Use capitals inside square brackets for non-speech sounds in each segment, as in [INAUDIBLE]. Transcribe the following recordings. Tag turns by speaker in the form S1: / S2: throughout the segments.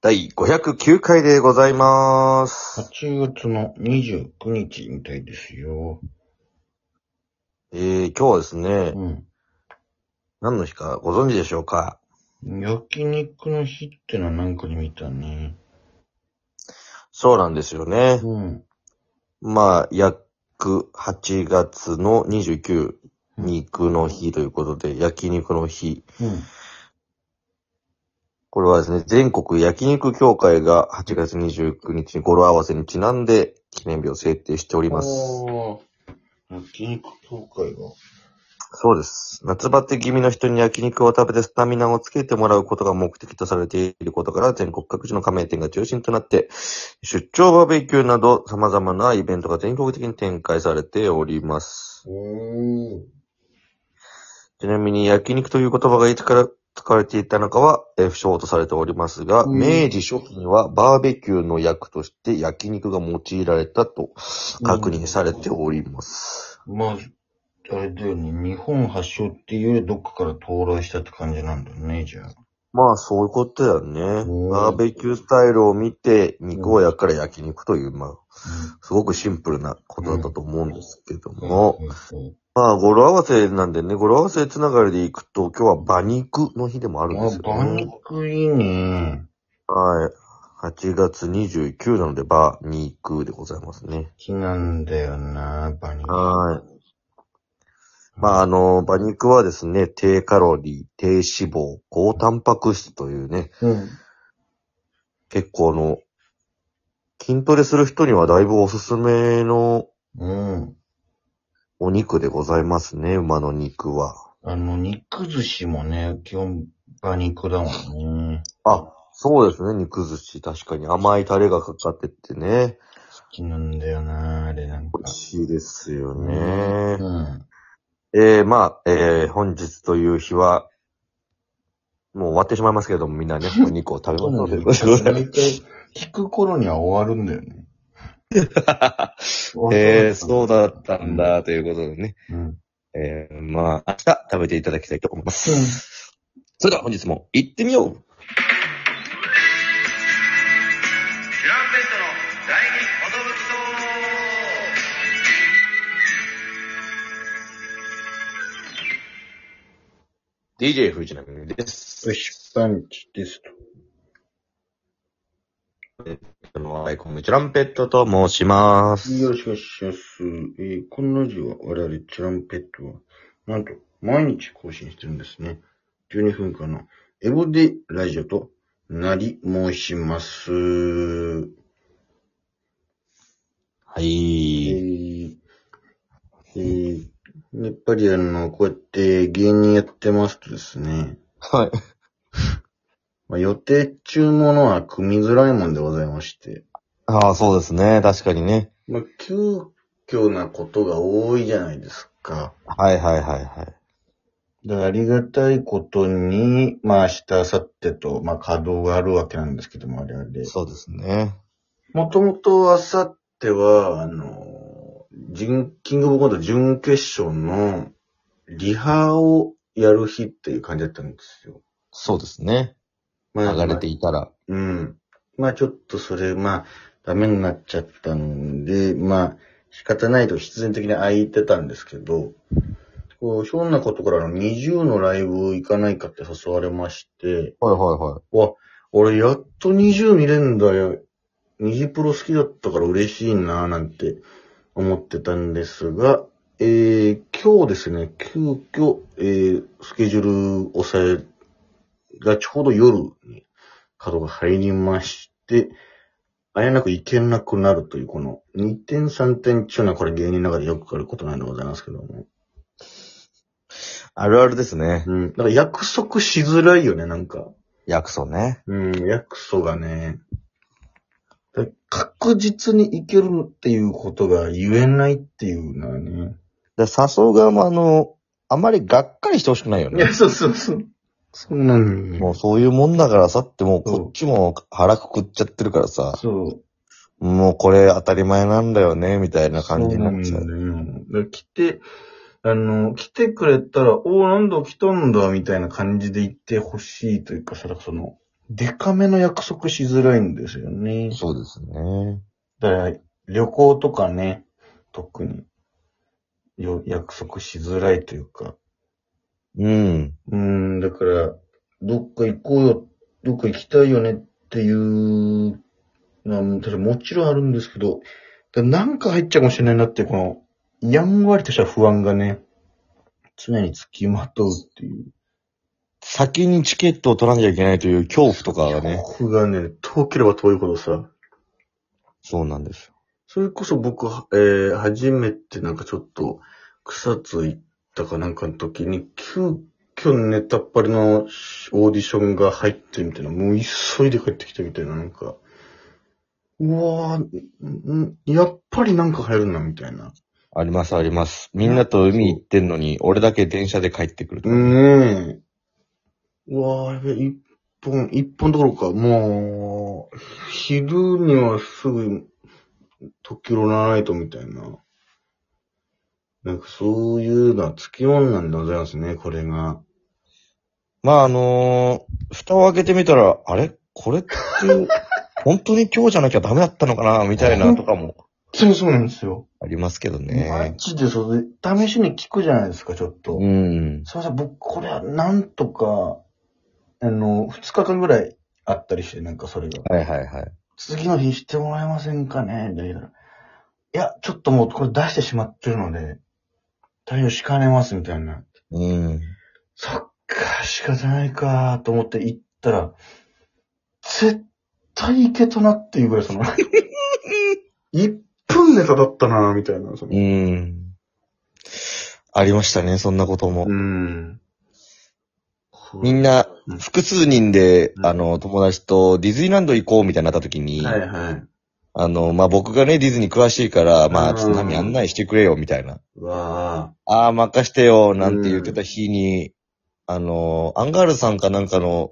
S1: 第509回でございます。
S2: 8月の29日みたいですよ。
S1: えー、今日はですね、
S2: うん。
S1: 何の日かご存知でしょうか
S2: 焼肉の日ってのはなんかで見たね。
S1: そうなんですよね。
S2: うん。
S1: まあ、約8月の29、
S2: うん
S1: 肉の日ということで、焼肉の日。
S2: うん。
S1: これはですね、全国焼肉協会が8月29日に語呂合わせにちなんで記念日を制定しております。
S2: おー焼肉協会が。
S1: そうです。夏バテ気味の人に焼肉を食べてスタミナをつけてもらうことが目的とされていることから、全国各地の加盟店が中心となって、出張バーベキューなど様々なイベントが全国的に展開されております。
S2: おー
S1: ちなみに焼肉という言葉がいつから使われていたのかは、えー不詳とされておりますが、
S2: うん
S1: 明治初期にはバーベキューの役として焼肉が用いられたと確認されております。
S2: まあ、あれだよね。日本発祥っていうよりどっかから到来したって感じなんだよね、じゃあ。
S1: まあそういうことだよね。
S2: うん
S1: バーベキュースタイルを見て、肉を焼くから焼肉という、まあ、すごくシンプルなことだったと思うんですけど
S2: うん
S1: も、まあ語呂合わせなんでね、語呂合わせつながりでいくと、今日は馬肉の日でもあるんです
S2: あ、
S1: よ
S2: 馬
S1: ね。
S2: 肉いいね。
S1: はい。8月29なので、馬肉でございますね。
S2: 好きなんだよな、馬肉。
S1: はい。まあ、あの、馬肉はですね、低カロリー、低脂肪、高タンパク質というね、
S2: うん。
S1: 結構あの、筋トレする人にはだいぶおすすめの
S2: うん。
S1: お肉でございますね、馬の肉は。
S2: あの、肉寿司もね、基本、馬肉だもんね。
S1: あ、そうですね、肉寿司。確かに甘いタレがかかってってね、
S2: 好きなんだよな、あれなんか
S1: 美。味しいですよ
S2: う
S1: ね。
S2: ん。
S1: えー、まあ、えー、本日という日は、もう終わってしまいますけども、みん [LAUGHS] なね、お肉を食べましょうということでございます。
S2: 大体、聞く頃には終わるんだよ
S1: [LAUGHS]
S2: ね。
S1: えー、そうだったんだ、ということでね。
S2: うん。うん。
S1: えー、まあ、明日食べていただきたいと思います。それでは本日も行ってみよう
S3: フランペストの第二ほどぶき党
S1: !DJ 藤波です。
S2: よし、パンチですと。
S1: このアイコン、チュランペットと申します。
S2: よろしくお願いします。えー、このラジオは我々チュランペットは、なんと毎日更新してるんですね。12分間のエボディラジオとなり申します。
S1: は
S2: え
S1: い。
S2: ーえーやっぱりあの、こうやって芸人やってますとですね、
S1: はい。
S2: まあ、予定中ものは組みづらいもんでございまして、
S1: ああ、そうですね。確かにね。
S2: まあ、急遽なことが多いじゃないですか。
S1: はいはいはいはい。
S2: で、ありがたいことに、まあ明日、明後日と、まあ稼働があるわけなんですけども、あれあれ。
S1: そうですね。
S2: もともと明後日は、あの、準キングオブコント準決勝のリハをやる日っていう感じだったんですよ。
S1: そうですね。
S2: ま
S1: 流れていたら。
S2: うん。まあちょっとそれ、まあ、ダメになっちゃったんで、まあ、仕方ないと必然的に空いてたんですけど、こう、ひょんなことからの20のライブ行かないかって誘われまして、
S1: はいはいはい。
S2: わ、俺やっと20見れんだよ。20プロ好きだったから嬉しいなぁなんて思ってたんですが、えー、今日ですね、急遽、えー、スケジュール抑えがちょうど夜に角が入りまして、あやなく行けなくなるという、この2点3点中なこれ芸人の中でよくあることなんでございますけども。
S1: あるあるですね。
S2: うん。だから約束しづらいよね、なんか。
S1: 薬草ね。
S2: うん、薬草がね、だ確実にいけるっていうことが言えないっていうのはね。
S1: で、誘う側もあの、あまりがっかりしてほしくないよ
S2: い
S1: ね
S2: や、。そうそうそう。そうなのよ
S1: もうそういうもんだからさってもうこっちも腹くくっちゃってるからさ、
S2: そう。
S1: もうこれ当たり前なんだよね、みたいな感じになっち
S2: そ
S1: ゃ
S2: う
S1: う。
S2: なんだよ。だから来て、あの、来てくれたら、おお、なんだ来たんだ、みたいな感じで言ってほしいというか、それはその、デカめの約束しづらいんですよね。
S1: そうですね。
S2: だから、旅行とかね、特に、よ、約束しづらいというか。
S1: うん。
S2: うーん、だから、どっか行こうよ、どっか行きたいよねっていうのは、確かにもちろんあるんですけど、だなんか入っちゃうかもしれないなって、この、やんわりとした不安がね、常に付きまとうっていう。
S1: 先にチケットを取らなきゃいけないという恐怖とかがね、
S2: ここがね、遠ければ遠いほどさ、
S1: そうなんですよ。
S2: それこそ僕、えー、初めてなんかちょっと、草津行ったかなんかの時に、急遽ネタっぱりのオーディションが入ってみたいな、もう急いで帰ってきたみたいな、なんか、うわぁ、んやっぱりなんか入るな、みたいな。
S1: ありますあります。みんなと海行ってんのに、俺だけ電車で帰ってくるとか。
S2: ねえ。うわぁ、やべえ、一本、一本どころか、もう、昼にはすぐ、特急乗らないとみたいな。なんかそういうのは付き物なんでございますね、これが。
S1: まああのー蓋を開けてみたら、あれこれ [LAUGHS] って、本当に今日じゃなきゃダメだったのかなみたいなとかも
S2: そうそうなんですよ。
S1: ありますけど
S2: マ
S1: ね。
S2: ジでそれ、試しに聞くじゃないですか、ちょっと。
S1: うん。
S2: すいません、僕、これはなんとか、あの、二日間ぐらいあったりして、なんかそれが。
S1: はいはいはい。
S2: 次の日してもらえませんかねみたいな。いや、ちょっともうこれ出してしまってるので、対応しかねますみたいな。
S1: うん。
S2: そっか、仕方ないかと思って行ったら、絶対いけたなっていうぐらいその、1分ネタだったなみたいな。その
S1: うん。ありましたね、そんなことも。
S2: うん。
S1: みんな
S2: うん、
S1: 複数人で
S2: う、ん
S1: あの、友達とディズニーランド行こうみたいになった時に、
S2: はいはい。
S1: あの、まあ、僕がね、ディズニー詳しいから、ま
S2: う
S1: あ、
S2: ん
S1: 津波案内してくれよ、みたいな。
S2: うわ
S1: ああ、任してよ、なんて言ってた日に、あの、アンガールさんかなんか
S2: [LAUGHS]
S1: の、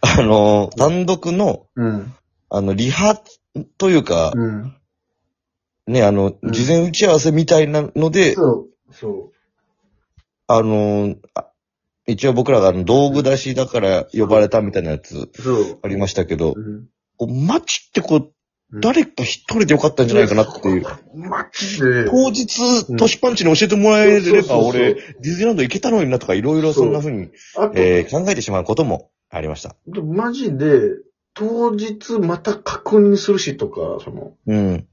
S1: あの、単独の、
S2: ぁ。うん。
S1: あの、リハというか、
S2: うん。
S1: ね、あの、
S2: うん
S1: 事前打ち合わせみたいなので、
S2: そう。そ
S1: あの、あ一応僕らがあの道具出しだから呼ばれたみたいなやつ
S2: う。そう。
S1: ありましたけど
S2: う、ん。
S1: こうマジってこう、
S2: うん
S1: 誰か一人でよかったんじゃないかなっていう。
S2: マジで。
S1: 当日
S2: うん、
S1: トシパンチに教えてもらえれば、
S2: そうそうそうそう
S1: 俺、ディズニーランド行けたのになとか、いろいろそんな風に、
S2: あと、
S1: えー考えてしまうこともありました。
S2: でもマジで、当日また確認するしとか、その、
S1: うん。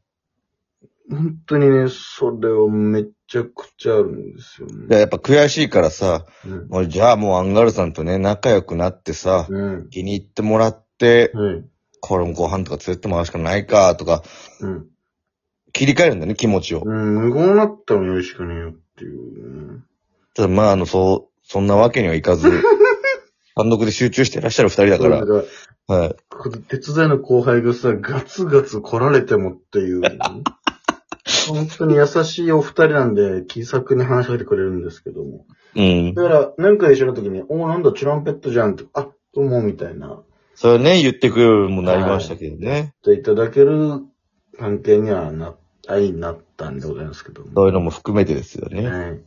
S2: 本当にね、それをめちゃくちゃあるんですよ
S1: で
S2: ね。
S1: やっぱ悔しいからさ、
S2: うん。
S1: もうじゃあもうアンガールさんとね、仲良くなってさ、
S2: うん。
S1: 気に入ってもらって、
S2: はい。
S1: これもご飯とか連れてもらうしかないか、とか、
S2: うん。
S1: 切り替えるんだね、気持ちを。
S2: うん、無言だったらよろしくねえよっていうね。
S1: ただまあ、あの、そう、そんなわけにはい
S2: [LAUGHS]
S1: かず、単独で集中していらっしゃる二人だから、
S2: ら、
S1: はい。
S2: 手伝いの後輩がさ、ガツガツ来られてもっていう、 [LAUGHS] ね。本当に優しいお二人なんで、気さくに話しかけてくれるんですけども。
S1: うん。
S2: だから、なんか一緒の時に、おーなんだ、チュランペットじゃんって、あ、どうも、みたいな。
S1: それはね、言ってくるようにもなりましたけどね。
S2: っていただける関係にはな、愛になったんでございますけども。
S1: そういうのも含めてですよね。
S2: はい。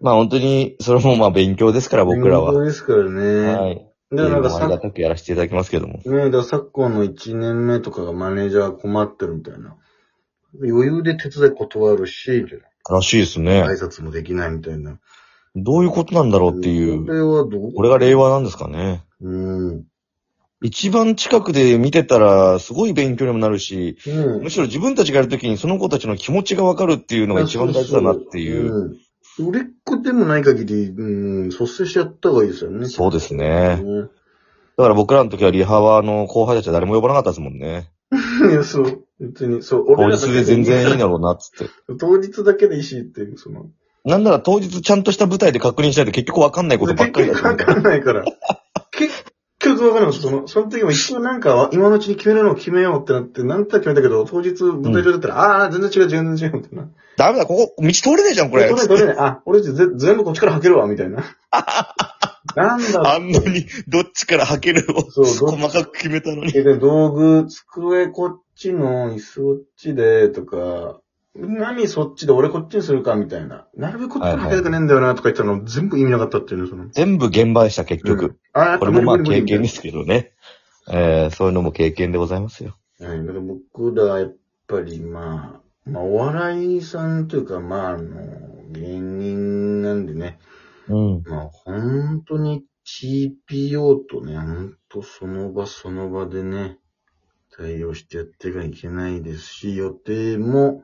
S1: まあ本当に、それもまあ勉強ですから、僕ら
S2: 本
S1: は。
S2: 当ですからね。
S1: はい。
S2: で、なんか
S1: あ
S2: さ、
S1: りが
S2: ね
S1: たくやらせていただきますけども。
S2: だから昨今の1年目とかがマネージャー困ってるみたいな。余裕で手伝い断るし、みたい
S1: らしいです
S2: な
S1: ね。
S2: 挨拶もできないみたいな。
S1: どういうことなんだろうってい
S2: こ
S1: う。
S2: れはどう
S1: これが令和なんですかね。
S2: うん。ね
S1: 一番近くで見てたら、すごい勉強にもなるし、
S2: え
S1: むしろ自分たちがやるときにその子たちの気持ちがわかるっていうのが一番大事だなっていう。
S2: ん売れっ子でもない限り、うん、率先してやった方がいいですよね。
S1: そうです
S2: う
S1: ね。
S2: ね。
S1: だから僕らの時はリハはあの後輩たちは誰も呼ばなかったですもんね。
S2: [LAUGHS] いや、そう。別に、そう、
S1: 当
S2: らだ
S1: 日
S2: け
S1: で全然いいだろうなっつって。
S2: 当日だけでいいしっていう、その。
S1: なんなら当日ちゃんとした舞台で確認しないと結局わかんないことばっかりだ
S2: 結 [LAUGHS]
S1: と思
S2: 局わ
S1: う
S2: かんないから。結局わかんない。その、その時も一応なんか、今のうちに決めるのを決めようってなって、なんとか決めたけど、当日舞台上だったら、ああ、全然違う、全然違う、みたいな。
S1: ダメだ、ここ、道通れねえじゃん、これ。
S2: 取れない、取
S1: [LAUGHS]
S2: れない。あ、俺たちぜ全部こっちから吐けるわ、みたいな。なんだ
S1: あんなに、どっちから履けるを、 [LAUGHS]
S2: そうどっち
S1: 細かく決め [LAUGHS] たのに。
S2: え、で、道具、机こっちの、椅子こっちで、とか、何そっちで俺こっちにするかみたいな。なるべくこっちにかけたくねえんだよなとか言ったの全部意味なかったっていうね、その。
S1: 全部現場でした、結
S2: う
S1: 局
S2: ん。あー
S1: これもまあ
S2: 無理
S1: 経
S2: 無理無理
S1: 験ですけどね。えー、そういうのも経験でございますよ。
S2: はい、だから僕らはやっぱりまあ、まあお笑いさんというかまああの、芸人なんでね、
S1: うん。
S2: まあ本当に TPO とね、本当その場その場でね、対応してやってはいけないですし、予定も、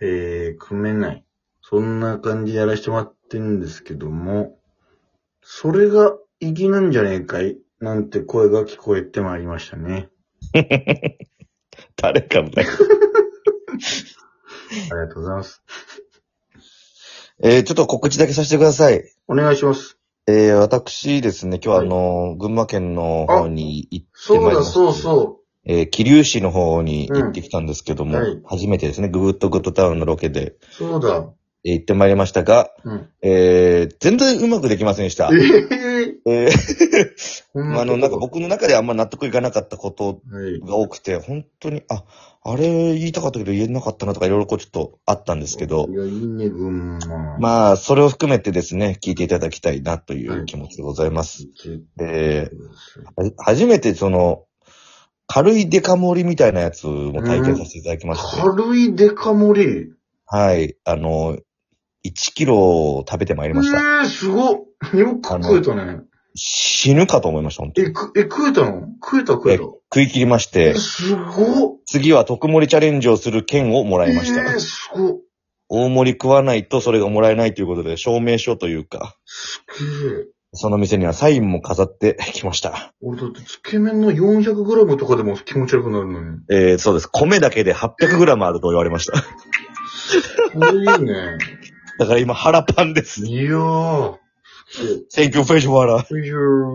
S2: えー、組めない。そんな感じでやらせてもらってるんですけども、それが意義なんじゃねえかいなんて声が聞こえてまいりましたね。
S1: 誰かもね。
S2: ありがとうございます。
S1: えー、ちょっと告知だけさせてください。
S2: お願いします。
S1: えー、私ですね、今日はあの、群馬県の方に行ってまいり
S2: そう
S1: ま
S2: だ、
S1: した
S2: そうそ
S1: えー、桐生市の方に行ってきたんですけども、
S2: うんはい
S1: 初めてですね、グーッとグッドタウンのロケで、
S2: う。そう
S1: え
S2: だ。
S1: ー行ってまいりましたが、
S2: うん。
S1: えー、全然うまくできませんでした
S2: え。え
S1: え
S2: [LAUGHS]
S1: ー、
S2: こん
S1: まああの、
S2: とこ
S1: なんか僕の中であんま納得いかなかったこと
S2: はい。
S1: が多くて、本当に、あ、あれ言いたかったけど言えなかったなとかいろいろこうちょっとあったんですけど
S2: い、や、いいね、群馬。あ、
S1: まあ、それを含めてですね、聞いていただきたいなという気持ちでございます。で、は初めてその、軽いデカ盛りみたいなやつも体験させていただきまして、
S2: 軽いデカ盛り。
S1: はい、あの、1キロ食べてまいりました。
S2: ええすごっ。よく食えたね。
S1: 死ぬかと思いました、本当
S2: え、
S1: に。
S2: く、え、食えたの食えた食えた。
S1: 食い切りまして
S2: え、すごっ。
S1: 次は特盛りチャレンジをする券をもらいました
S2: え。えすごっ。
S1: 大盛り食わないとそれがもらえないということで、証明書というか、
S2: すげえ。
S1: その店にはサインも飾ってきました。
S2: 俺だって、つけ麺の 400g とかでも気持ち悪くなるのに。
S1: えー、そうです。米だけで 800g あると言われました。
S2: これいい
S1: [LAUGHS]
S2: ね。
S1: だから今腹パンです。
S2: いやー。すげえ。
S1: Thank you, f a c i a l
S2: こういう